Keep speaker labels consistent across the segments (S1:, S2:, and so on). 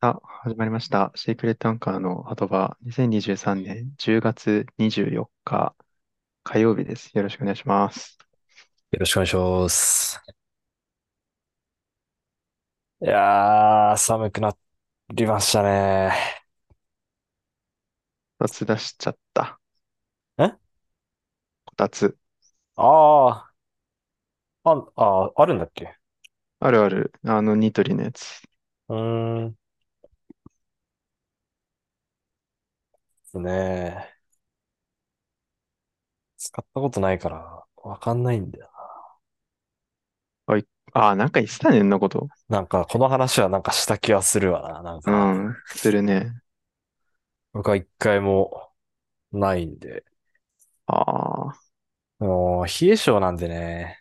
S1: あ、始まりました。シークレットアンカーの波止場、2023年10月24日火曜日です。よろしくお願いします。
S2: よろしくお願いします。いやー、寒くなりましたね。
S1: こたつ出しちゃった。
S2: え
S1: こたつ。
S2: あー、あ、あー、あるんだっけ
S1: あるある。あの、ニトリのやつ。
S2: うーん、ですね。使ったことないから、わかんないんだよ
S1: はい。あ、なんか言ってたねんなこと。
S2: な。なんか、この話はなんかした気はするわな。なん
S1: う
S2: か、
S1: ん。するね。
S2: 僕は一回もないんで。
S1: ああ、
S2: もう、冷え性なんでね、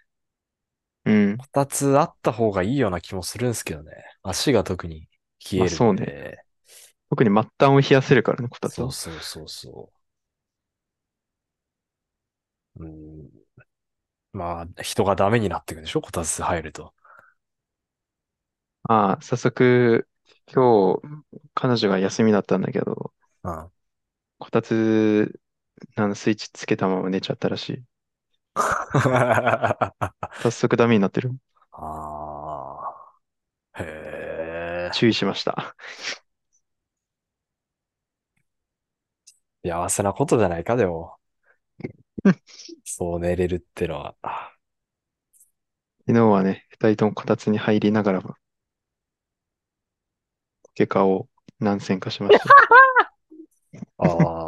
S1: うん。
S2: こたつあった方がいいような気もするんですけどね。足が特に冷
S1: まあ
S2: えるん
S1: そうね。
S2: で。
S1: 特に末端を冷やせるからね、こたつ
S2: そう
S1: は。
S2: そうそうそう。うん、まあ、人がダメになっていくんでしょこたつ入ると。
S1: ああ、早速、今日、彼女が休みだったんだけど、
S2: うん。
S1: こたつ、あの、スイッチつけたまま寝ちゃったらしい。
S2: あ
S1: 早速ダメになってる。
S2: あ。へえ。
S1: 注意しました。
S2: 幸せなことじゃないか、で も。そう寝れるってのは。
S1: 昨日はね、二人ともこたつに入りながら、ポケカを何戦かしましたね。
S2: ああ。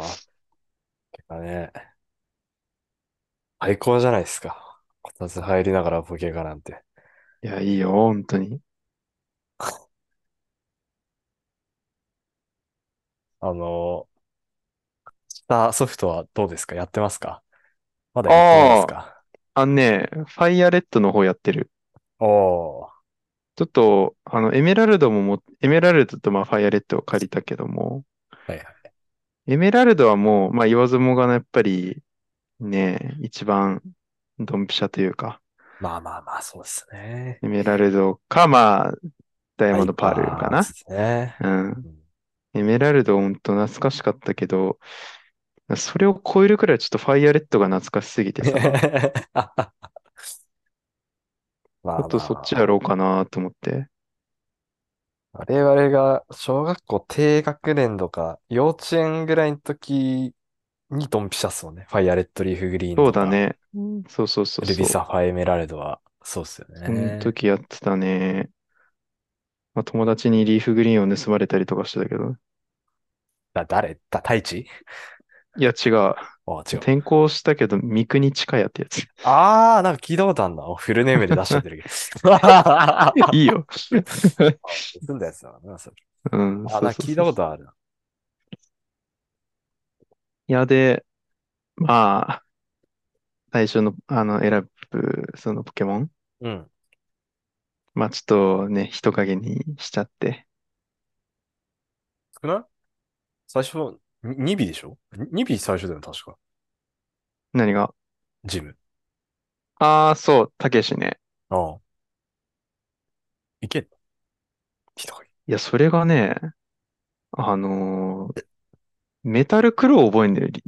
S2: てかね、最高じゃないですか。こたつ入りながらポケカなんて。
S1: いや、いいよ、本当に。
S2: あの、したソフトはどうですかやってますかまだやってないです
S1: あ
S2: か
S1: あ、あのね、ファイアレッドの方やってる。
S2: おー。
S1: ちょっと、あの、エメラルドもも、エメラルドとまあファイアレッドを借りたけども、
S2: はいはい。
S1: エメラルドはもう、まあ言わずもがな、やっぱりね、一番ドンピシャというか、
S2: まあまあまあ、そうですね。
S1: エメラルドか、まあ、ダイヤ
S2: ハ
S1: モン
S2: イ
S1: ドパールか
S2: パー
S1: な。
S2: ですね。
S1: うん。
S2: うん
S1: エメラルド、ほんと懐かしかったけど、それを超えるくらいちょっとファイアレッドが懐かしす ぎてさ、
S2: ま
S1: ちょっ
S2: あ
S1: と
S2: まあ
S1: そっ
S2: ま
S1: ちや
S2: あ。
S1: ろうかなと思って。
S2: 我々が小学校低学年とか幼稚園ぐらいの時にドンピシャっすもんね。ファイアレッドリーフグリーン
S1: そう
S2: と
S1: だ
S2: か、
S1: ね。うんそうそうそう
S2: ルビ
S1: そ
S2: サファエメラルドは、そうっすよ
S1: う。その
S2: ね。
S1: 時やってたね。まあ、友達にリーフグリーンを盗まれたりとかしてたけど。
S2: だ、誰だ、太一
S1: いや、違う。
S2: あ、違う。
S1: 転校したけど、三国千佳也ってやつ。
S2: あー、なんか聞いたことあんな。おフルネームで出しちゃってる けど。
S1: いいよ。
S2: 盗んだやつだな、それ。
S1: うん、
S2: あ、
S1: そう
S2: なん
S1: そ
S2: か
S1: う
S2: 聞
S1: そ
S2: いた
S1: う
S2: こ
S1: そ
S2: とあるな。
S1: う。いや、で、まあ、最初の、あの、選ぶ、そのポケモン。
S2: うん。
S1: まあ、ちょっとね、人影にしちゃって。
S2: 少ない最初、に2尾でしょ ?2 尾最初だよね、確か。
S1: 何が
S2: ジム。
S1: ああー、そう、たけしね。
S2: ああ、いけんの人がいる。
S1: いや、それがね、あのーメタルクロー覚えんだよ。リ、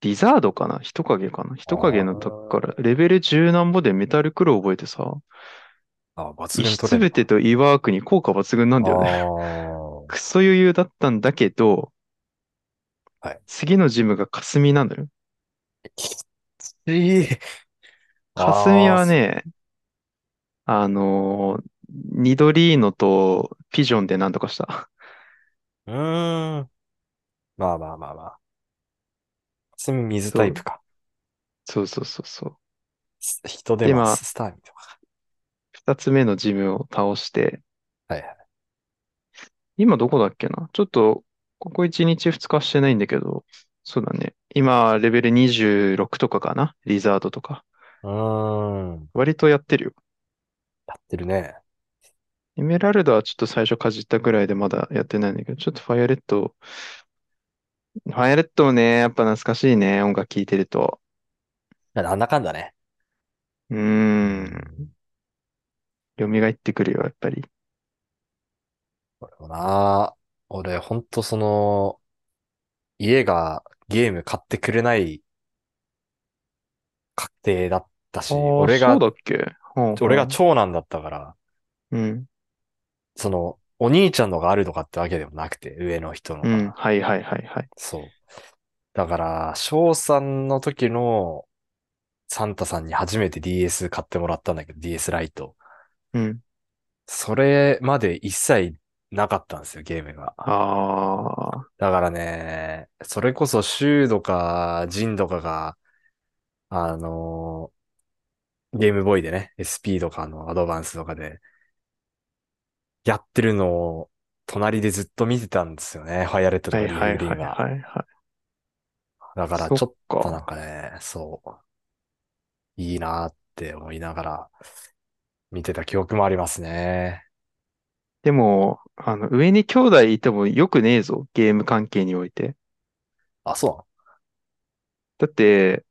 S1: リザードかな人影かな人影
S2: あ
S1: の時か
S2: ー
S1: ら、レベル10何歩でメタルクロー覚えてさ、
S2: あ、抜群
S1: 石
S2: 取
S1: つ
S2: れん
S1: ぶて
S2: な。
S1: と岩ワークに効果抜群なん
S2: あ
S1: だよね。
S2: あ、は
S1: クソ余裕だったんだけど、
S2: い。
S1: 次のジムが霞なのよ。
S2: きつ い。
S1: 霞
S2: ああ、
S1: は
S2: そ
S1: ね、あのーニドリーノとピジョンでなんとかした。
S2: うーん。まあまあまあまあ。すみ水
S1: そ
S2: タイ
S1: う、
S2: プか。
S1: そうそうそうそう。
S2: す人で
S1: で、
S2: は
S1: まあ、
S2: スターみたいな。
S1: 二つ目のジムを倒して、
S2: はいはい。
S1: 今どこだっけなちょっと、ここ1日2日してないんだけど、そうだね。今、レベル26とかかなリザードとか。
S2: うーん。
S1: 割とやってるよ。
S2: やってるね。
S1: エメラルドはちょっと最初かじったぐらいでまだやってないんだけど、ちょっとファイアレット、ファイアレットもね、やっぱ懐かしいね。音楽聴いてると。
S2: なんだかんだね。
S1: う
S2: う
S1: ーん。
S2: ん。
S1: 蘇ってくるよ、やっぱり。
S2: 俺もな、俺ほんとその、家がゲーム買ってくれない確定だったし、
S1: ああ、
S2: 俺
S1: そう
S2: が、
S1: だっけほうほ
S2: 俺が
S1: う。
S2: 長男だったから、
S1: うん。
S2: その、お兄ちゃんのがあるとかってわけでもなくて、上の人の
S1: う
S2: が。
S1: ん。はいはいはいはい。
S2: そう。だから、小3の時のサンタさんに初めて DS 買ってもらったんだけど、DS ライト。
S1: うん。
S2: それまで一切なかったんですよ、ゲームが。
S1: ああ、
S2: だからね、それこそシューとかジンとかが、あのゲームボーイでね、SP とかのアドバンスとかでやってるのを隣でずっと見てたんですよね、ファイアレットと
S1: は
S2: か
S1: い
S2: リー
S1: は
S2: フ
S1: い
S2: グリー
S1: は
S2: ン
S1: い
S2: が。
S1: はいはい。
S2: だから
S1: そ
S2: ちょ
S1: っ
S2: っとなん
S1: か。
S2: かね、そう、いいなーって思いながら見てた記憶もありますね。
S1: でも、あの、上に兄弟いてもよくねえぞ。ゲーム関係において。
S2: あ、そ
S1: だって、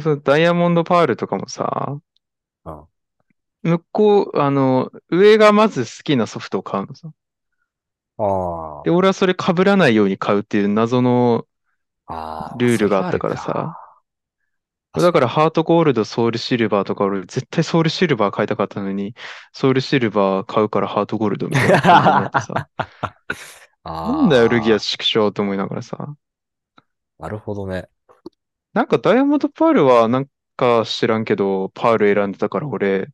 S1: そのダイヤモンドパールとかもさ、
S2: うなの
S1: 向こう、あの、上がまず好きなソフトを買うのさ。
S2: うん。
S1: で、
S2: あ
S1: 俺はそれ被らないように買うっていう謎の
S2: あ、ああ、
S1: ルー
S2: そ
S1: ル
S2: れ
S1: があ
S2: は
S1: っ
S2: あ
S1: た
S2: る
S1: からさ。
S2: か。確
S1: だ
S2: か
S1: から
S2: に。
S1: ハートゴールド、ソウルシルバーとか俺絶対ソウルシルバー買いたかったのに、ソウルシルバー買うからハートゴールドみたいな感じになってさ。なんだよ、ルギア
S2: ああ、
S1: 縮小と思いながらさ。
S2: なるほどね。
S1: なんかダイヤモンドパールはなんか知らんけど、パール選んでたから俺、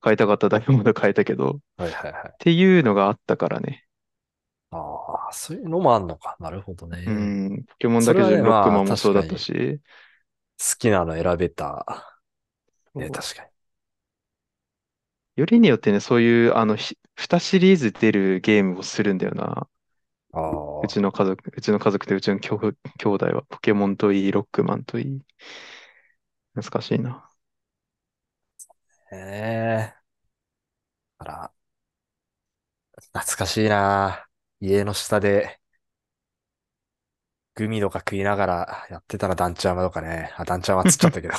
S1: 買いたかったダイヤモンド買えたけど、っ
S2: はいはいはい。
S1: ていうのがあったからね。
S2: ああ、そういうのもあんのか。なるほど
S1: う
S2: ね。
S1: ん、ポケモン
S2: そ
S1: だ
S2: れ
S1: け
S2: は
S1: じゃ
S2: ね、
S1: ロック
S2: まあ、
S1: マンも
S2: 確
S1: そうだ
S2: か
S1: った
S2: に、好
S1: し。
S2: きなの選べた。ね、
S1: そう
S2: 確かに。
S1: よりによってね、そういう、あの、ひ、2シリーズ出るゲームをするんだよな。
S2: あ
S1: うち
S2: あ、
S1: の家族、うちの家族でうちの兄弟兄弟は、ポケモンといい、ロックマンといい。難しいな。
S2: ええあら、懐かしいな。家の下で、グミとか食いながらやってたらダンチャーマとかね。あ、ダンチャーマっつっちゃったけど。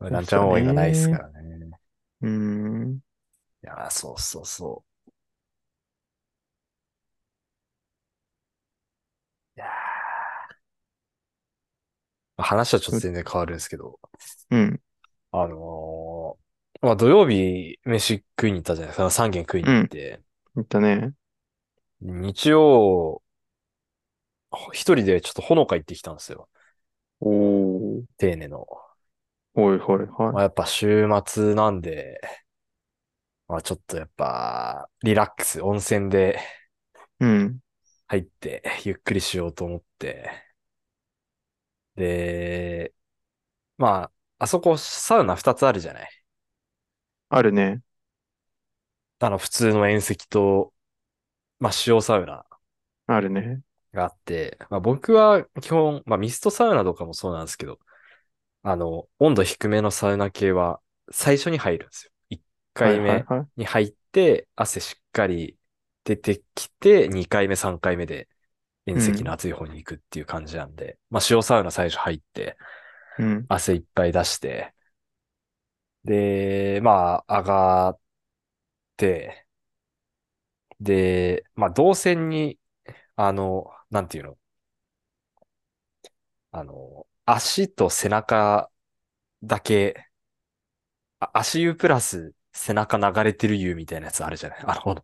S2: ダンチャ
S1: そう
S2: ーマも今ないですか
S1: ね。
S2: らね。
S1: うん。
S2: いやー、そうそうそう。いやー話はちょっと全然変わるんですけど。
S1: うん。
S2: あのーまあ、土曜日飯食いに行ったじゃないですか。3軒食いに
S1: う
S2: 行っ
S1: ん。
S2: て。
S1: 言ったね。
S2: 日曜、一人でちょっとほのか行ってきたんですよ。
S1: おー。
S2: 丁寧の。
S1: はいはいは
S2: まあ、やっぱ週末なんで、まあ、ちょっとやっぱ、リラックス、温泉で
S1: い。うん。
S2: 入って、ゆっくりしようと思って。で、まあ、あそこサウナ2つあるじゃない。
S1: あるね。
S2: あの、普通の縁石と、まあ、塩サウナ。
S1: あるね。
S2: があって、まあ、僕は基本、まあ、ミストサウナとかもそうなんですけど、あの、温度低めのサウナ系は最初に入るんですよ。1
S1: はい
S2: 回
S1: はい
S2: 目
S1: はい。
S2: に入って、汗しっかり出てきて、2回目、3回目で遠
S1: う
S2: 赤の
S1: ん。
S2: 熱い方に行くっていう感じなんで、まあ、塩サウナ最初入って、
S1: うん。
S2: 汗いっぱい出して、で、まあ、上がって、で、まあ、動線に、あの、なんていうの、あの、足と背中だけ、あ足湯プラス背中流れてる湯みたいなやつあるじゃない あの、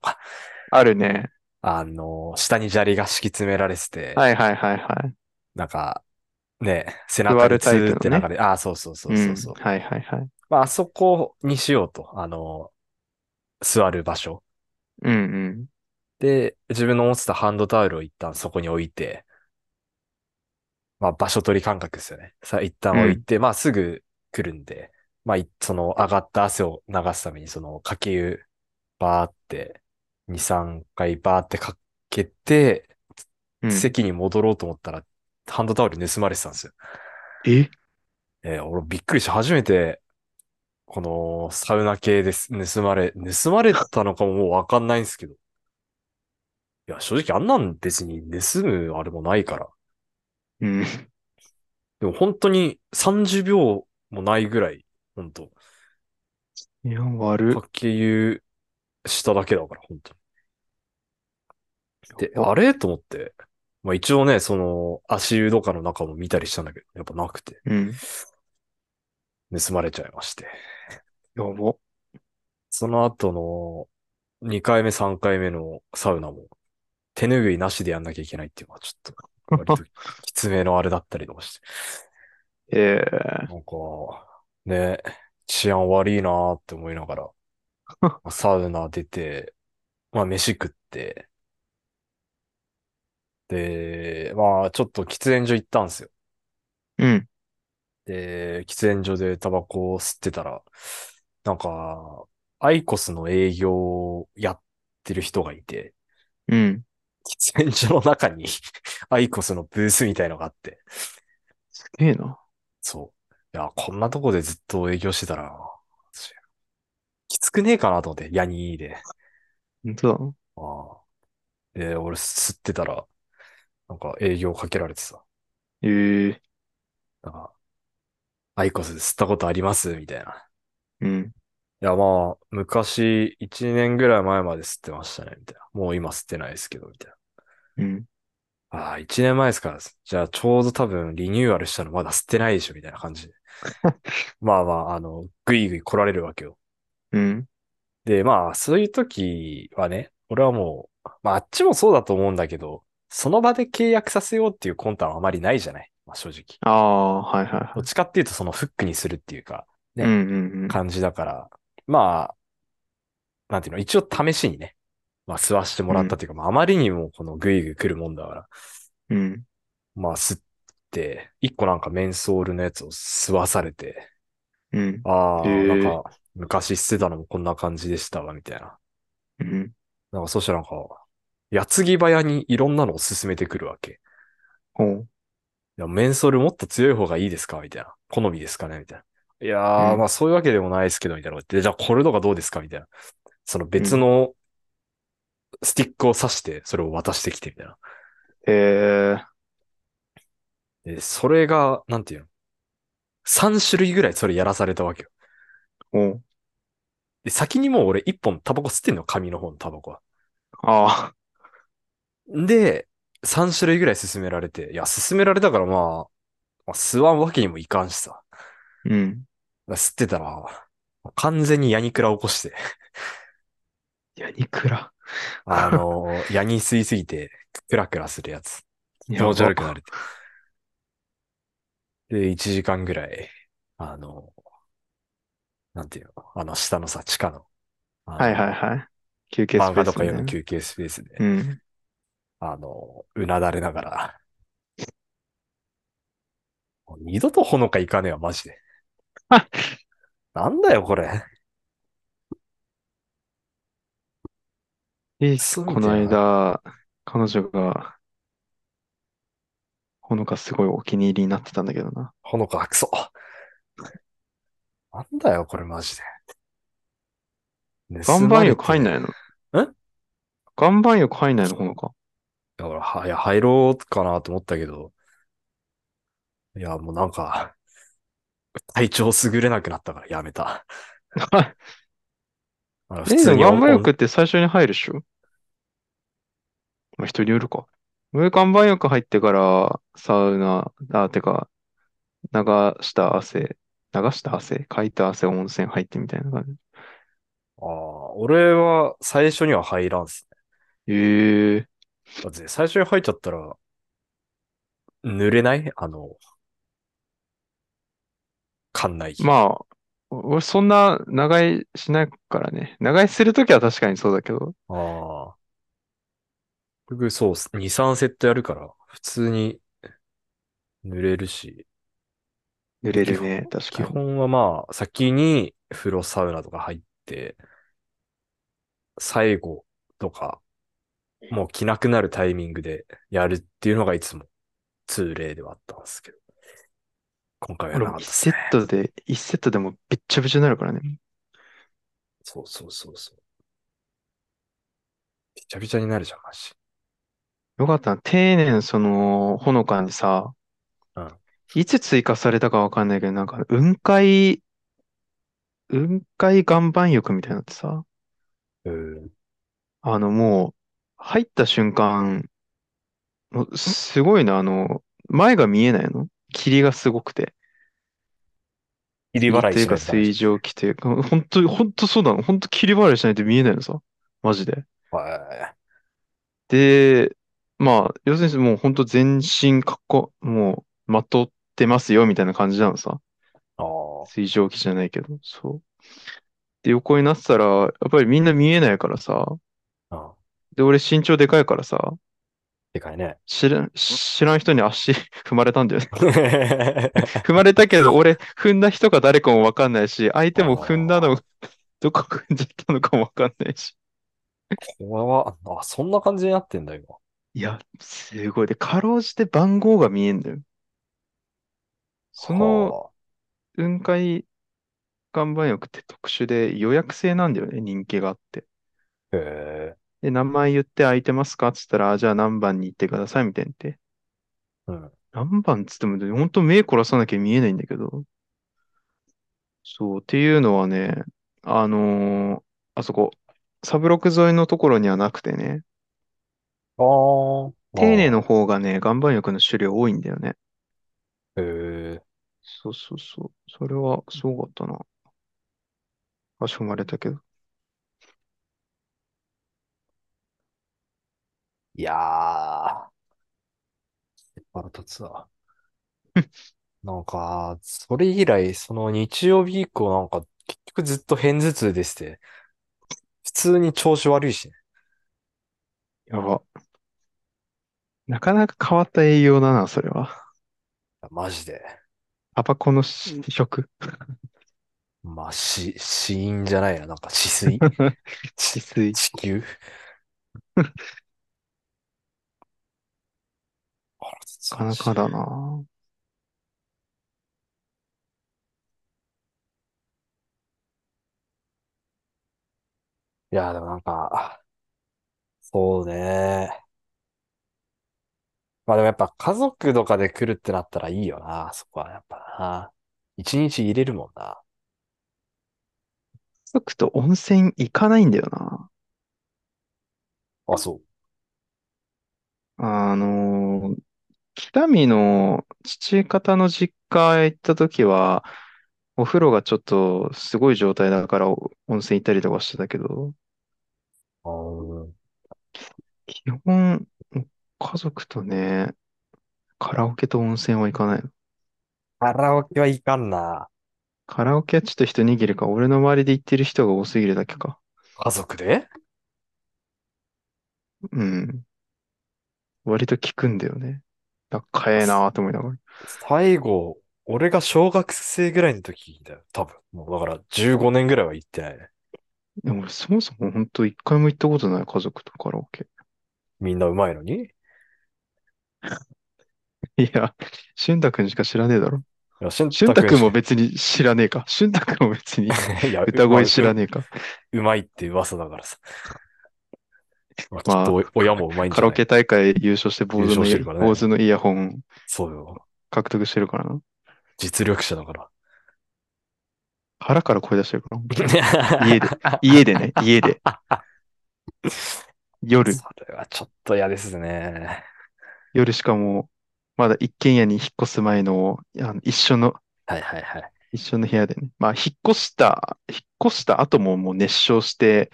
S1: あるね。
S2: あの、下に砂利が敷き詰められてて、
S1: はいはいはいはい。
S2: なんか、ね、背
S1: 座
S2: 中に
S1: る
S2: ツ
S1: タイ
S2: ー
S1: プ
S2: っ
S1: の
S2: て流
S1: ね。
S2: れ、ああ、そうそうそう
S1: う。
S2: そうんそう。
S1: はいはいはい。
S2: まあ、あそこにしようと、あの、座る場所。
S1: うんうん。
S2: で、自分の持ってたハンドタオルを一旦そこに置いて、まあ、場所取り感覚ですよね。さあ、一
S1: う
S2: 旦置い
S1: ん。
S2: て、まあ、すぐ来るんで、まあ、いその、上がった汗を流すために、その、かけ湯、バーって、2、3回バーってかけて、
S1: うん。
S2: 席に戻ろうと思ったら、ハンドタオル盗まれてたんですよ。
S1: え
S2: えー俺びっくりして、初めて、この、サウナ系です。盗まれ、盗まれたのかももうわかんないんですけど。いや、正直あんなん別に盗むあれもないから。
S1: うん。
S2: でも本当に30秒もないぐらい、本当
S1: いや、悪
S2: かけ湯。しただけだから、本当に。で、
S1: お
S2: あれと思って。まあ一応ね、その、足湯とかの中も見たりしたんだけど、やっぱなくて、
S1: うん。
S2: 盗まれちゃいまして。
S1: やば。
S2: その後の、2回目、3回目のサウナも、手拭いなしでやんなきゃいけないっていうのは、ちょっと、割ときつめのあれだったりとかし
S1: え
S2: て。
S1: え。
S2: なんか、ね、治安悪いなーって思いながら、まあサウナ出て、まあ飯食って、で、まあちょっと喫煙所行ったんですよ。
S1: うん。
S2: で、喫煙所でタバコを吸ってたら、なんか、アイコスの営業をやってる人がいて、
S1: うん。
S2: 喫煙所の中に アイコスのブースみたいのがあって、
S1: すげえな。
S2: そう。いや、こんなとこでずっと営業してたら、きつくねえかなと思って、ヤニーで。
S1: 本当だ。
S2: ああ。で、俺吸ってたら、なんか営業かけられてさ、
S1: ええ。
S2: なんか、アイコス吸ったことありますみたいな。
S1: うん。
S2: いや、まあ、昔、1年ぐらい前まで吸ってましたね、みたいな。もう今吸ってないですけど、みたい
S1: うん。
S2: な。ああ、1年前ですから、じゃあちょうど多分リニューアルしたのまだ吸ってないでしょ、みたいな感じで。まあまあ、あの、ぐいぐい来られるわけよ。
S1: うん。
S2: で、まあ、そういう時はね、俺はもう、まあ、あっちもそうだと思うんだけど、その場で契約させようっていう魂胆はあまりないじゃない。まあ、正直。
S1: ああ、はいはい
S2: どっ
S1: はい。
S2: ちかっていうと、そのフックにするっていうか、
S1: う
S2: ね、
S1: んうんうん。
S2: 感じだから、まあ、なんていうの、一応試しにね、まあ、吸わしても
S1: う
S2: らった
S1: ん。
S2: というか、まあ、あまりにもこのグイグイ来るもんだから、
S1: うん。
S2: まあ、吸って、一個なんかメンソールのやつを吸わされて、
S1: うん。
S2: ああ、なん
S1: ええ。
S2: か、昔吸ってたのもこんな感じでしたわ、みたいな。
S1: うん。
S2: なんか、そしたらなんか、矢継ぎ早にいろんなのを勧めてくるわけ。
S1: ほう。
S2: いや、メンソールもっと強い方がいいですかみたいな。好みですかねみたいな。いうやー、ま
S1: ん。
S2: あそういうわけでもないですけど、みたいなこと言って。で、じゃあこれとかどうですかみたいな。その
S1: う
S2: 別
S1: ん。
S2: のスティックを刺して、それを渡してきて、みたいな。
S1: ええ。
S2: で、それが、なんていうの ?3 種類ぐらいそれやらされたわけよ。
S1: ほう。
S2: で、先にもう俺1本タバコ吸ってんの、紙の方のタバコは。
S1: ああ。
S2: で、3種類ぐらい勧められて、いや、勧められたからまあ、まあ吸わんわけにもいかんしさ。
S1: うん。
S2: だから吸ってたら、完全にヤニクラ起こして、
S1: ヤニクラ。
S2: あの、ヤニ吸いすぎて、クラクラするやつ。気
S1: や
S2: 持ち
S1: ば。
S2: 悪くなるって。で、1時間ぐらい、あの、なんていうの、あの、下のさ、地下の、あ
S1: はいはい
S2: の、
S1: はい。休憩ス
S2: 漫
S1: ペ
S2: 画
S1: ー
S2: と
S1: ス
S2: か
S1: みた
S2: 読
S1: い
S2: む
S1: な。
S2: 休憩スペースで、
S1: うん。
S2: あの、うなだれながら、もう二度とほのか行かねえわ、マジ で。
S1: あ
S2: なんだよ、これ。
S1: え、
S2: そうみ
S1: こ
S2: た
S1: の
S2: いな。
S1: 間、彼女が、ほのかすごいお気に入りになってたんだけどな。
S2: ほのか、クソ。なんだよ、これ、マジで。
S1: 岩
S2: 盗ま
S1: 盤
S2: れ
S1: 浴入ん
S2: て、
S1: ないの
S2: ん
S1: 岩盤浴入んないのほのか。
S2: だから、は、いや、入ろうかなと思ったけど、いや、もうなんか、体調優れなくなったからやめた。あの普
S1: え、で
S2: 通
S1: も
S2: に
S1: 岩
S2: おん、
S1: 盤
S2: お
S1: 浴
S2: ん、
S1: って最初に入るっしょまあ、人によるか。俺岩盤浴入ってから、サウナ、あ、てか、流した汗、流した汗、かいた汗、温泉入ってみたいな感じ。
S2: ああ、俺は最初には入らんっすね。
S1: ええ
S2: だって最初に入っちゃったら濡れないあの、館内着。
S1: まあ、お俺そんな長居しないからね。長居するときは確かにそうだけど。
S2: ああ、僕そうっす、2、3セットやるから、普通に濡れるし、
S1: 濡
S2: で
S1: れ
S2: 基
S1: る
S2: 本、
S1: ね、確
S2: 基
S1: かに。
S2: 本はまあ、先に風呂サウナとか入って、最後とか、もう着なくなるタイミングでやるっていうのがいつも通例ではあったんですけど、今回はや
S1: 俺
S2: ら
S1: も
S2: なか
S1: 1
S2: ったです
S1: セ
S2: ね。
S1: ットで、1セットでもびっちゃびちゃになるからね。
S2: そうそうそうそう。びちゃびちゃになるじゃん、マジ。
S1: よかったな。丁寧なその、ほのかにさ、
S2: うん。
S1: いつ追加されたかわかんないけど、なんか、雲海、雲海岩盤浴みたいなのってさ、
S2: うん。
S1: あの、もう、入った瞬間、もうすごいな、あの、前が見えないの霧がすごくて。
S2: 入り
S1: 霧
S2: 払い
S1: という
S2: しな
S1: か
S2: いとダメじ
S1: 水蒸気というか、本当に、本当そうなの。本当霧払いしないと見えないのさ。マジで。
S2: ゃん。はい。
S1: で、まあ、要するにもう本当全身かっこ、もう、まとってますよ、みたいな感じなのさ。
S2: ああ。
S1: 水蒸気じゃないけど、そう。で、横になってたら、やっぱりみんな見えないからさ。
S2: ああ。
S1: で、俺身長でかいからさ、
S2: でかいね。
S1: 知らん、知らん人に足 踏まれたんだよね。
S2: あ
S1: 踏まれたけど、俺踏んだ人か誰かもわかんないし、相手も踏んだの、
S2: あ。
S1: どこ踏んじゃったのかもわかんないし。
S2: 怖は、あ、そんな感じになってんだ、今。
S1: いや、すごい。で、かろうじて番号が見えんだよ。その
S2: はあ。
S1: 雲海岩盤浴って特殊で予約制なんだよね、人気があって。
S2: へえ。
S1: で、名前言って空いてますかって言ったら、あじゃあ何番に行ってくださいみたいに言って。
S2: うん。
S1: 何番っつっても、ほんと目凝らさなきゃ見えないんだけど。そう、っていうのはね、あのーあそこ、サブロック沿いのところにはなくてね、
S2: ああ。
S1: 丁寧の
S2: ああ。
S1: 方がね、岩盤浴の種類多いんだよね。
S2: へえ。
S1: そうそうそう。それはすごかったな。足踏まれたけど。
S2: いやー、腹立つ わ。なんか、それ以来、その日曜日以降、なんか、結局ずっと片頭痛でして、普通に調子悪いしね。
S1: やば。なかなか変わった栄養だな、それは。
S2: マジで。
S1: タバコのし食。
S2: まあ、し、死因じゃないな。なんか、死 水
S1: 治
S2: ち、
S1: 水。
S2: 地 球腹立つ
S1: なか
S2: マ
S1: な
S2: ジ
S1: か
S2: で。
S1: だな。
S2: いやー、でもなんか、そうね。まあでもやっぱ家族とかで来るってなったらいいよな。そこはやっぱな。一日入れるもんな。
S1: 家族と温泉行かないんだよな。
S2: あ、そ
S1: あのー北見の父方の実家へ行った時は、お風呂がちょっとすごい状態だからお温泉行ったりとかしてたけど、
S2: う。うん。
S1: 基本、家族とね、カラオケと温泉は行かないの。
S2: カラオケはいかんな。
S1: カラオケはちょっと一握りか、俺の周りで行ってる人が多すぎるだけか。
S2: 家族で
S1: うん。割と効くんだよね。高え
S2: す
S1: なと思いながら。
S2: 最後、俺が小学生ぐらいの時だよ。多分。もうだから15年ぐらいは行ってないね。
S1: でも俺そもそも本当一回も行ったことない家族とカラオケ。
S2: みんなうまいのに。い
S1: いや、俊太くんしか知らねえだろ。
S2: や、しゅん
S1: 俊太
S2: たくん
S1: くん
S2: し
S1: も
S2: か、
S1: 別に知らねえか。俊太くんも別に
S2: いや、う、
S1: 歌
S2: まあ、
S1: 声
S2: う、
S1: 知らねえか。
S2: うまいって噂だからさ。 まあ、きっと
S1: ま
S2: お
S1: あ、
S2: 親もうまいん
S1: カ
S2: じゃ
S1: ラオ
S2: ない
S1: ケ大会優勝して
S2: 優
S1: 坊主
S2: 勝
S1: の
S2: し
S1: イ
S2: て
S1: ヤ、
S2: るから
S1: 坊
S2: ね。
S1: 主のイヤホン
S2: そうよ。
S1: 獲得してるからな。
S2: 実力者だから。
S1: 腹から声出してるから、本当 に。 家で、家でね、家で、夜、
S2: それはちょっと嫌ですね。
S1: 夜しかも、まだ一軒家に引っ越す前の、あの一緒の、
S2: はいはいはい。
S1: 一緒の部屋でね。まあ、引っ越した、引っ越した後ももう熱唱して、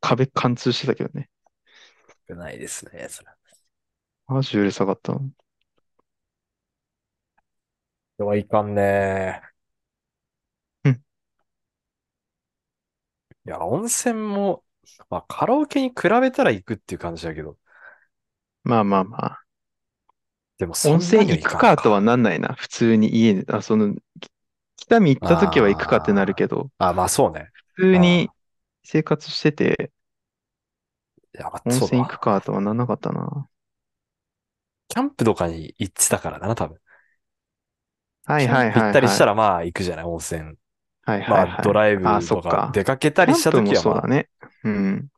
S1: 壁貫通してたけどね。
S2: 良くないですね、それ。
S1: マジうるさかったな。
S2: それはいかんね。
S1: うん
S2: いや、温泉も、まあカラオケに比べたら行くっていう感じだけど、
S1: まあまあまあ。
S2: でもそ
S1: 温
S2: んな
S1: 泉
S2: には
S1: 行
S2: 行
S1: く
S2: かん
S1: かと
S2: か。
S1: はなんないな。普通に家で、あ、その、北見行った時は行くかってなる
S2: あ
S1: けど、
S2: あ、あ、まあそうね。
S1: 普通
S2: あ
S1: に生活してて、
S2: あ、いや、まあ
S1: 温
S2: そうだ
S1: 泉行
S2: わ。
S1: くかとはなんなかったな。
S2: キャンプとかに行ってたからだな、多分。
S1: はい
S2: キャン
S1: はい
S2: プ行っ
S1: はい
S2: たりし
S1: は
S2: た
S1: い。
S2: らまあ行くじゃない、温泉。
S1: はい
S2: ま
S1: は
S2: あ
S1: いは
S2: ド
S1: い。
S2: ライ
S1: あ、
S2: ブ
S1: そ
S2: と
S1: っ
S2: か
S1: か。
S2: 出かけた
S1: キャ
S2: りし
S1: ン
S2: た
S1: プ
S2: 時
S1: も
S2: は
S1: そうだ
S2: まあ
S1: ね。うん。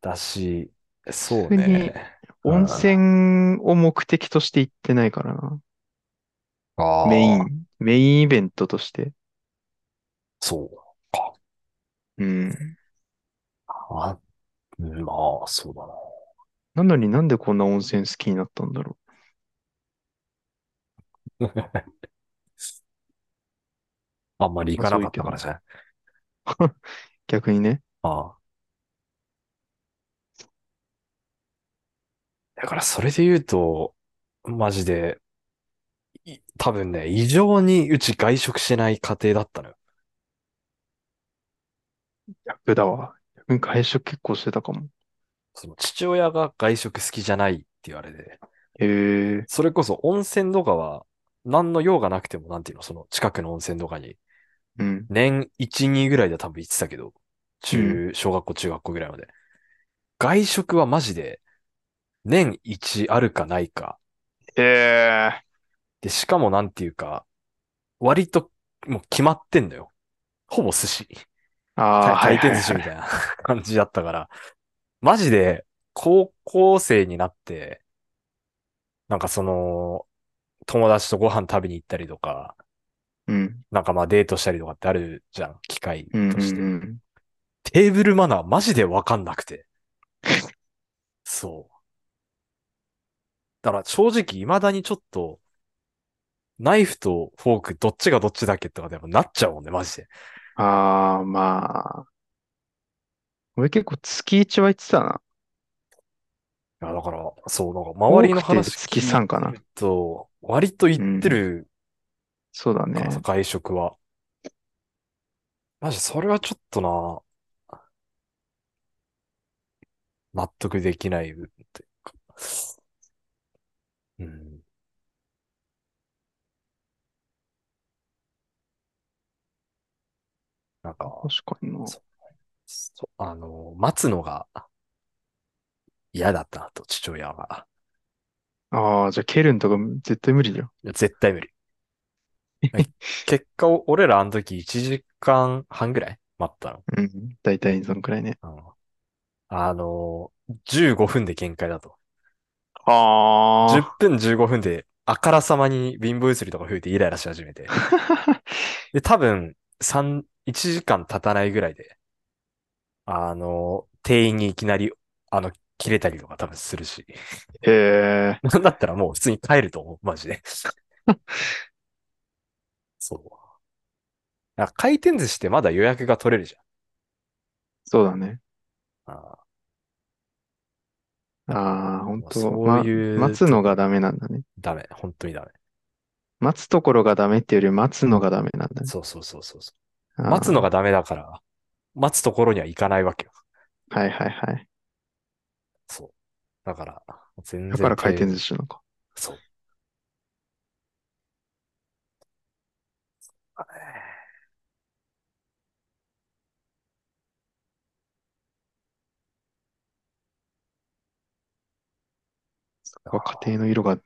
S2: だし、そう
S1: 普通に
S2: ね。う
S1: 温
S2: ん。あ
S1: 泉を目的として行ってないからな。メイ
S2: あ、
S1: ン、メインイベントとして。
S2: そうか。
S1: うん。
S2: あうん、まあ、そうだな。
S1: なのになんでこんな温泉好きになったんだろ
S2: あんまり行
S1: う。
S2: かな
S1: 覗
S2: か
S1: い
S2: ってたか
S1: も。
S2: らじゃない。
S1: 逆にね。
S2: ああ。だからそれで言うと、マジで、い多分ね、異常にうち外食してない家庭だったのよ。
S1: 逆だわ。逆に外食結構してたかも。
S2: その父親が外食好きじゃないって言われて、
S1: へえ。
S2: それこそ温泉とかは、何の用がなくても、なんていうの、その近くの温泉とかに、
S1: うん。
S2: 年1、2ぐらいでは多分行ってたけ
S1: う
S2: ど、
S1: ん。
S2: 中、小学校、中学校ぐらいまで。外食はマジで、年1あるかないか。
S1: へえ。
S2: で、しかもなんていうか、割ともう決まってんのよ。ほぼ寿司。
S1: あ
S2: 回
S1: あ、は
S2: 回
S1: いは
S2: 転
S1: い
S2: 寿司
S1: はい。
S2: みたいな感じだったから。マジで、高校生になって、なんかその、友達とご飯食べに行ったりとか、
S1: うん。
S2: なんかまあデートしたりとかってあるじゃん。機会
S1: うん
S2: と
S1: う
S2: して。
S1: んうん。
S2: テーブルマナーマジでわかんな くて。そう。だから正直未だにちょっと、ナイフとフォークどっちがどっちだっけとかでもなっちゃうもんね、マジで。
S1: ああ、まあ。俺結構月1は行ってたな。
S2: いや、だから、そう、なんか周
S1: 多
S2: り
S1: く
S2: の
S1: て
S2: 話
S1: 月
S2: 聞い
S1: 3か
S2: て
S1: な。
S2: ると、割と言っ
S1: う
S2: て
S1: ん。
S2: る
S1: そうだ
S2: からさ、
S1: ね。
S2: 外食は。マジ、それはちょっとな、納得できない部分っていうか。うん。なんか、
S1: 確かにな。
S2: そ、そ、あの、待つのが嫌だったなと、父親が。
S1: ああ、じゃあケルンとか絶対無理じゃん。
S2: いや絶対無理。え結果、俺らあの時1時間半ぐらい待ったの。
S1: うん。大体そのくらいね。
S2: うんあの、15分で限界だと。10
S1: あ
S2: 分15分で、あからさまに貧乏ゆすりとか増えてイライラし始めて。
S1: あ。
S2: で、多分、3、1時間経たないぐらいで、あの、店員にいきなり、あの、切れたりとか多分するし。
S1: へえ。
S2: なんだったらもう普通に帰ると思う、マ ジで。そう。なんか回転寿司ってまだ予約が取れるじ
S1: そうだね。
S2: ゃん。あーだから、
S1: ああ、本
S2: もう
S1: 当
S2: そう
S1: ま、
S2: い
S1: 待
S2: う
S1: つ
S2: と
S1: のが
S2: こ、
S1: ダメなんだね。
S2: ダメ。本当にダメ。
S1: 待つところがダメっていうより待つのがダメなんだね。
S2: そうそうそうそうそう。待つの
S1: あ
S2: がダメだから、待つところには行かないわけよ。
S1: あ、はいはいはい。
S2: そう。だから、全
S1: だか
S2: 然
S1: ら回
S2: 手、
S1: 転寿司なのか。
S2: そう。あ
S1: そ
S2: ー
S1: こは家庭の色が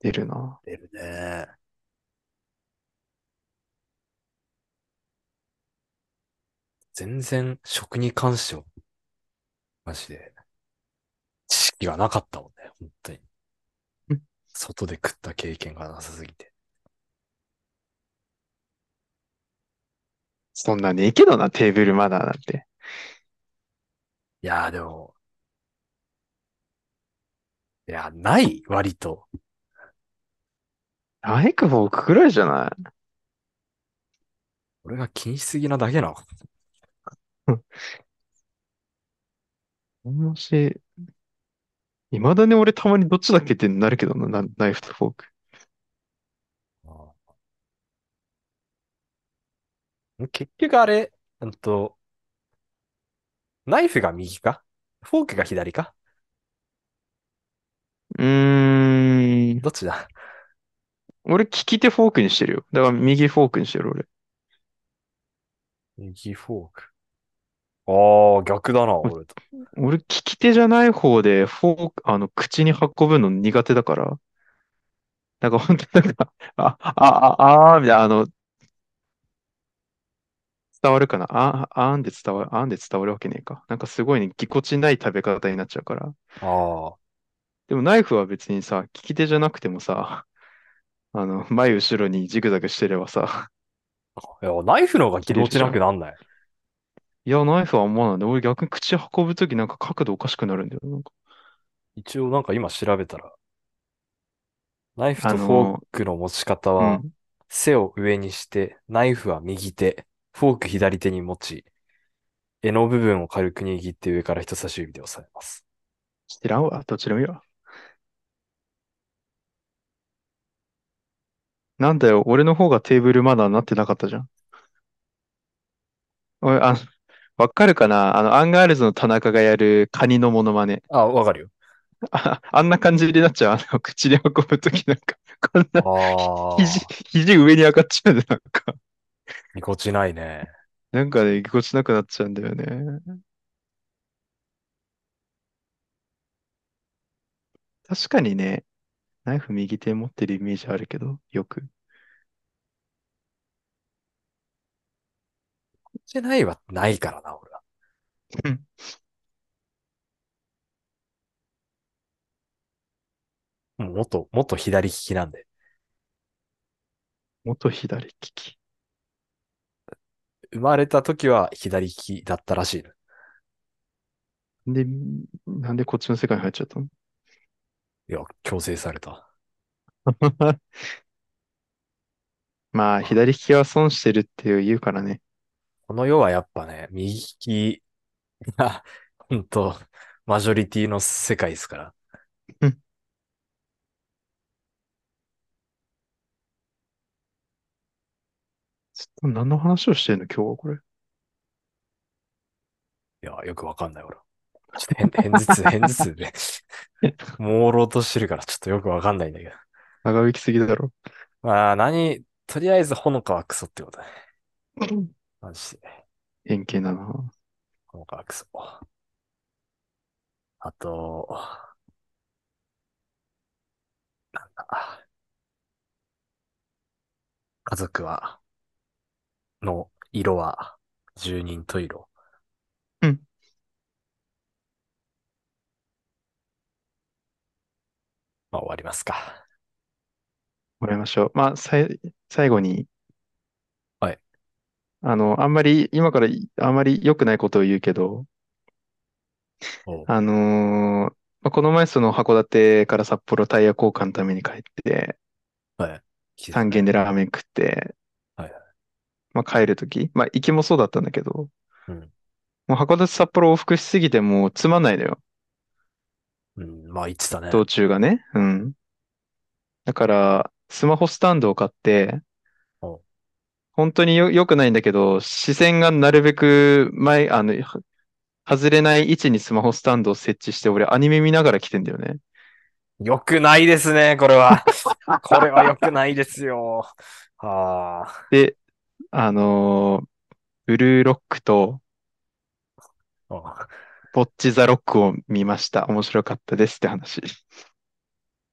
S1: 出るな。
S2: 出るね。全然食に関しては、マジで、知識がなかったもんね。本当に。
S1: うん
S2: 外で食った経験がなさすぎて。
S1: そんなねえけどな、テーブルマナーなんて。
S2: いやーでも、いや、ない割と。
S1: ナイフフォークくらいじゃない
S2: 俺が気にしすぎなだけなのか。
S1: うんもし、いまだに俺たまにどっちだっけってなるけどな、なナイフとフォーク。
S2: あー結局あれ、うんと、ナイフが右かフォークが左か
S1: うーん。
S2: どっちだ
S1: 俺、利き手フォークにしてるよ。だから右フォークにしてる、俺。
S2: 右フォーク。ああ、逆だな、俺と。
S1: 俺、利き手じゃない方で、フォーク、あの、口に運ぶの苦手だから、なんか本当になんか、あ、あ、あ、あー、みたいな、あの、伝わるかなあ、あーんで伝わる、あーんで伝わるわけねえか。なんかすごいね、ぎこちない食べ方になっちゃうから。
S2: ああ、
S1: でもナイフは別にさ、利き手じゃなくてもさ、あの、前後ろにジグザグしてればさ、
S2: いや、ナイフの方が
S1: 切
S2: 気
S1: れ
S2: 持
S1: る
S2: ち
S1: じゃ
S2: なく
S1: ん。
S2: なんない。
S1: いや、ナイフはあんまなんで、俺逆に口運ぶときなんか角度おかしくなるんだよ。なんか、
S2: 一応なんか今調べたら、ナイフ
S1: あ
S2: とフォー
S1: の
S2: クの持ち方
S1: う
S2: は、
S1: ん。
S2: 背を上にして、ナイフは右手、フォーク左手に持ち、柄の部分を軽く握って上から人差し指で押さえます。
S1: 知らんわ、どっちでもいいわ。なんだよ、俺の方がテーブルマナーになってなかったじゃん。おい、あ、わかるかなあの、アンガールズの田中がやるカニのモノマネ。
S2: あ、わかるよ。
S1: あ、あんな感じになっちゃう。あの、口で運ぶときなんか、こんな、ひ肘、
S2: ああ、
S1: 肘上に上がっちゃうんで、なんか、
S2: ぎこちないね。
S1: なんかね、ぎこちなくなっちゃうんだよね。確かにね、ナイフ右手持ってるイメージあるけど、よく。
S2: ぎこちないはないからな、俺は。
S1: うん
S2: もう元、元左利きなんで。
S1: 元左利き。
S2: 生まれた時は左利きだったらしいの。
S1: で、なんでこっちの世界に入っちゃったの
S2: いや、強制された。
S1: まあ、
S2: まあ、
S1: 左利きは損してるって言うからね。
S2: この世はやっぱね、右利きが、本当マジョリティの世界ですから。
S1: うんちょっと何の話をしてんの、今日はこれ。
S2: いや、よくわかんない、俺は。ちょっと変、変頭痛、変頭痛で 朦朧としてるから、ちょっとよくわかんないんだけど。
S1: 長引きすぎだろ。
S2: まあ、何、とりあえず、ほのかはクソってことだね。
S1: うん
S2: マジで。
S1: 偏見だな。
S2: ほのかはクソ。あと、なんだ、家族は、の色は、十人十色。
S1: うん
S2: まあ、終わりますか。
S1: もらいましょう。まあ、さい、最後に、
S2: はい。
S1: あの、あんまり、今からいあんまり良くないことを言うけど、
S2: おう、
S1: あのーまあこの前その函館から札幌タイヤ交換のために帰って、
S2: はい。聞いてた
S1: 3
S2: ね。
S1: 軒でラーメン食って、
S2: はいはい。
S1: まあ、帰るとき、まあ、行きもそうだったんだけど、
S2: うん。
S1: もう函館札幌往復しすぎてもうつまんないのよ。
S2: うん、まあ、言ってたね。
S1: 道中がね。うん。だから、スマホスタンドを買って、
S2: おう、
S1: 本当によ、良くないんだけど、視線がなるべく前、あの、は外れない位置にスマホスタンドを設置して、俺アニメ見ながら来てんだよね。
S2: 良くないですね、これは。 これは良くないですよ。はあ
S1: で、あのーブルーロックと
S2: ー。あ、
S1: ボッチザロックを見ました。面白かったですって話。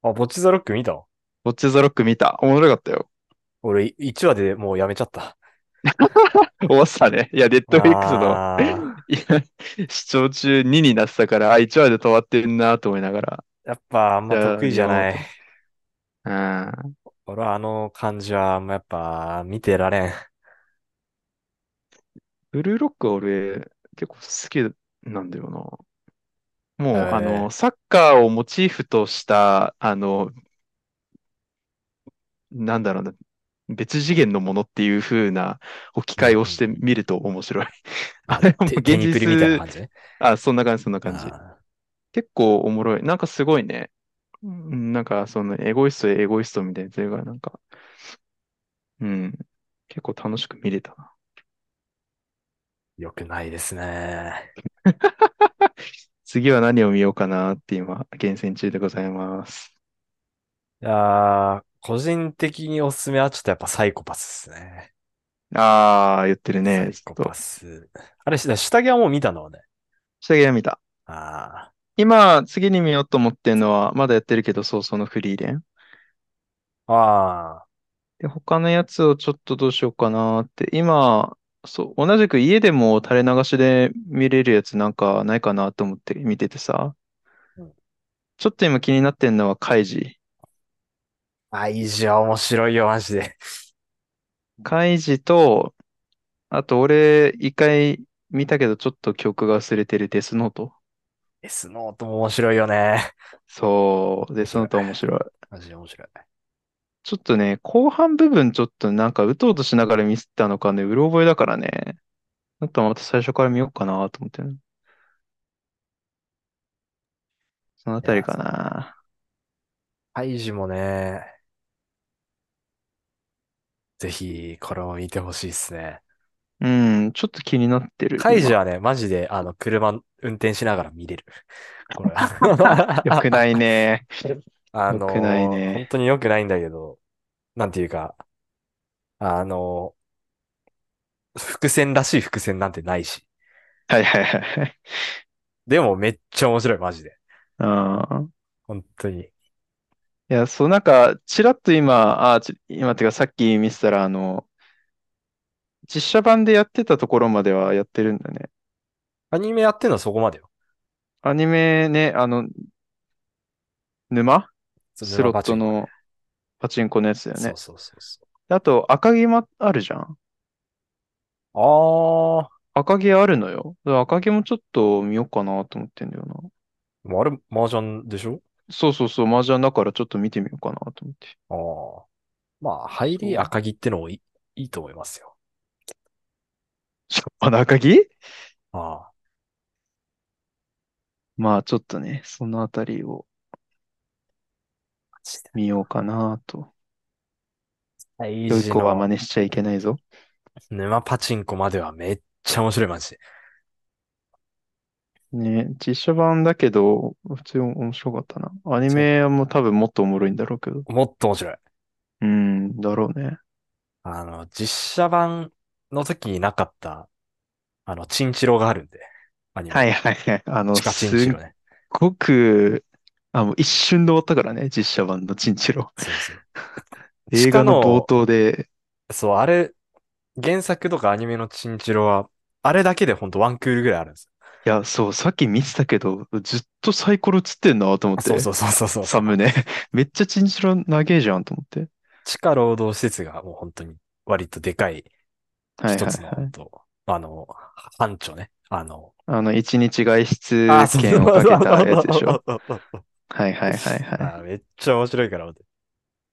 S2: あボッチザロック見た
S1: ボッチザロック見た。面白かったよ。
S2: 俺、1話でもうやめちゃった。
S1: 終わってたね。いや、ネットフリックスの
S2: ああ、
S1: いや、視聴中2になってたから、あ、1話で止まってんなと思いながら。
S2: やっぱあん
S1: じ
S2: ま
S1: ゃ
S2: 得
S1: あ、
S2: 意じ
S1: 見
S2: ゃ
S1: よう
S2: ない。
S1: と。うん。
S2: 俺はあの感じはあんまやっぱ見てられん。
S1: ブルーロックは俺、結構好きなんだよな。もう、あの、
S2: え
S1: サッカーをモチーフとした、あの、なんだろうな、別次元のものっていう風な置き
S2: ー、
S1: 換
S2: うん
S1: えを
S2: う
S1: し
S2: ん
S1: て
S2: うん。
S1: みると面白い。 あ
S2: あ、
S1: れも
S2: て、テ
S1: 現
S2: ニプリみたいな
S1: 実、
S2: 感じね。
S1: あ、そんな感じ、そんな感じ。
S2: あ
S1: 結構おもろい。なんかすごいね。うんなんか、その、エゴイスト、エゴイストみたいな、それがなんか、うん。結構楽しく見れたな。
S2: ー、良くないですね。
S1: 次は何を見ようかなって今、厳選中でございます。
S2: いやー、個人的におすすめはちょっとやっぱサイコパスですね。
S1: ああ、言ってる
S2: サ
S1: ね。
S2: イ
S1: ち
S2: コ
S1: ょっ
S2: パ
S1: と、
S2: ス。あれ、し下着はもう見たのね。
S1: 下着は見た。
S2: ああ。
S1: 今、次に見ようと思ってんのは、まだやってるけど、そう、そのフリーレン。
S2: ああ、
S1: で、他のやつをちょっとどうしようかなって。今、そう、同じく家でも垂れ流しで見れるやつなんかないかなと思って見ててさ。
S2: うん
S1: ちょっと今気になってんのは、カイジ。
S2: あ、イジは面白いよ、マジで。
S1: カイジと、あと俺、一回見たけどちょっと記憶が薄れてるデスノート。
S2: デスノートも面白いよね。
S1: そう、デ
S2: 面
S1: スノー
S2: 白い。
S1: ト面白い。
S2: マジで面白い。
S1: ちょっとね、後半部分ちょっとなんかうとうとしながら見せたのかね、うろ覚えだからね。ちょっとまた最初から見ようかなと思ってる。そのあ
S2: い
S1: たり
S2: や、
S1: か
S2: そう。
S1: な。
S2: ハイジもね、ぜひ、これも見てほしいっすね。
S1: うん、ちょっと気になってる、
S2: カイジ
S1: 今。
S2: はね、マジで、あの、車運転しながら見れる。これ
S1: よくない
S2: は。
S1: ね。
S2: あ
S1: よくない
S2: のー本
S1: ね。
S2: 当に良くないんだけど、なんていうか、あのー伏線らしい伏線なんてないし。
S1: はいはいはいはい。
S2: でも、めっちゃ面白い、マジで。
S1: うん。
S2: 本当に。
S1: いや、そう、なんか、ちらっと今、あ、ち今っていうか、さっき見せたら、あの、実写版でやってたところまではやってるんだね。
S2: アニメやってんのはそこまでよ。
S1: アニメね、あの、沼
S2: そ
S1: ス
S2: の沼
S1: ロッ
S2: パチ
S1: ト
S2: ンコね。
S1: のパチンコのやつだよ
S2: そう
S1: ね。
S2: そうそうそ
S1: であと、赤城もあるじゃん。
S2: う。ああ、
S1: 赤城あるのよ。だから赤城もちょっと見ようかなと思ってんだよな。
S2: でもあれ、麻雀でしょ
S1: そうそうそう、麻雀だからちょっと見てみようかなと思って。
S2: ああ。まあ、入り
S1: そう。
S2: 赤城ってのもいい、いいと思いますよ。
S1: しょっぱな赤城
S2: ああ。
S1: まあちょっとね、そのあたりを
S2: マジで
S1: 見ようかなと。
S2: 大
S1: 良い
S2: 事
S1: 子は
S2: の
S1: 真似しちゃいけないぞ。
S2: 沼パチンコまではめっちゃ面白い、マジで。
S1: ね、実写版だけど、普通に面白かったな。アニ
S2: そう。
S1: メはもう多分もっとおもろいんだろうけど。
S2: もっと面白い。
S1: うん、だろうね。
S2: あの、実写版の時になかった、あの、チンチロがあるんで、アニメ
S1: はい
S2: の。
S1: はいはい。あの、
S2: 地下チ
S1: す
S2: ンチ
S1: っ
S2: ロね。
S1: ごく、あ、もう一瞬で終わったからね、実写版のチンチロ。
S2: そうそう。地
S1: 映
S2: 下
S1: 画の冒
S2: の、
S1: 頭で、
S2: そう、あれ、原作とかアニメのチンチロは、あれだけでほんとワンクールぐらいあるんですよ。
S1: いや、そう、さっき見てたけど、ずっとサイコロ映ってんなと思っ
S2: あそう
S1: て。
S2: そうそうそうそうそ
S1: サ
S2: う。
S1: ムネ。 めっちゃチンチロ長えじゃんと思って。
S2: 地下労働施設がもう本当に割とでかい
S1: はい
S2: 一
S1: はい
S2: つの
S1: は
S2: 本
S1: い。
S2: 当、あの、班長ね。あの、
S1: あの、一日外
S2: あ、
S1: 出
S2: そうそう
S1: 券を
S2: そ
S1: か
S2: うそ
S1: け
S2: う
S1: たやつでし ょ。
S2: そうそうそう。
S1: はいはいはいはい。
S2: あ、めっちゃ面白いから、待って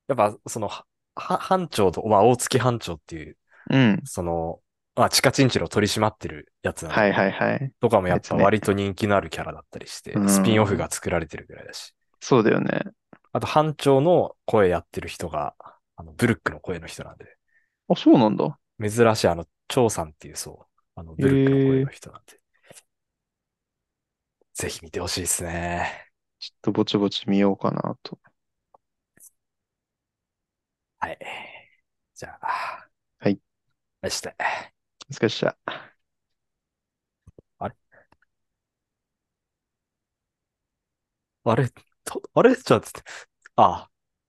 S2: やっぱその、は、は班長と、まあ、大月班長っていう、
S1: うん。
S2: その、まあ、地下チンチロを取り締まってるやつなん
S1: はい
S2: で、
S1: はいはい。
S2: とかもや
S1: あい
S2: っ
S1: つ
S2: ぱ
S1: ね。
S2: 割と人気のあるキャラだったりし
S1: う
S2: て、スピンオフ
S1: ん。
S2: が作られてるぐらいだし。
S1: そうだよね。
S2: あと、班長の声やってる人が、あの、ブルックの声の人なんで、
S1: あ、そうなんだ。
S2: 珍しい、あの、張さんっていう、そう、あの、ブルックの声
S1: え
S2: の
S1: え。
S2: 人なんで、ぜひ見てほしいですね。
S1: ちょっとぼちぼち見ようかなと。
S2: はい。じゃあ、
S1: はい。
S2: 明日。
S1: お疲れっした。
S2: あれあれとあれじゃあ、つって。ああ。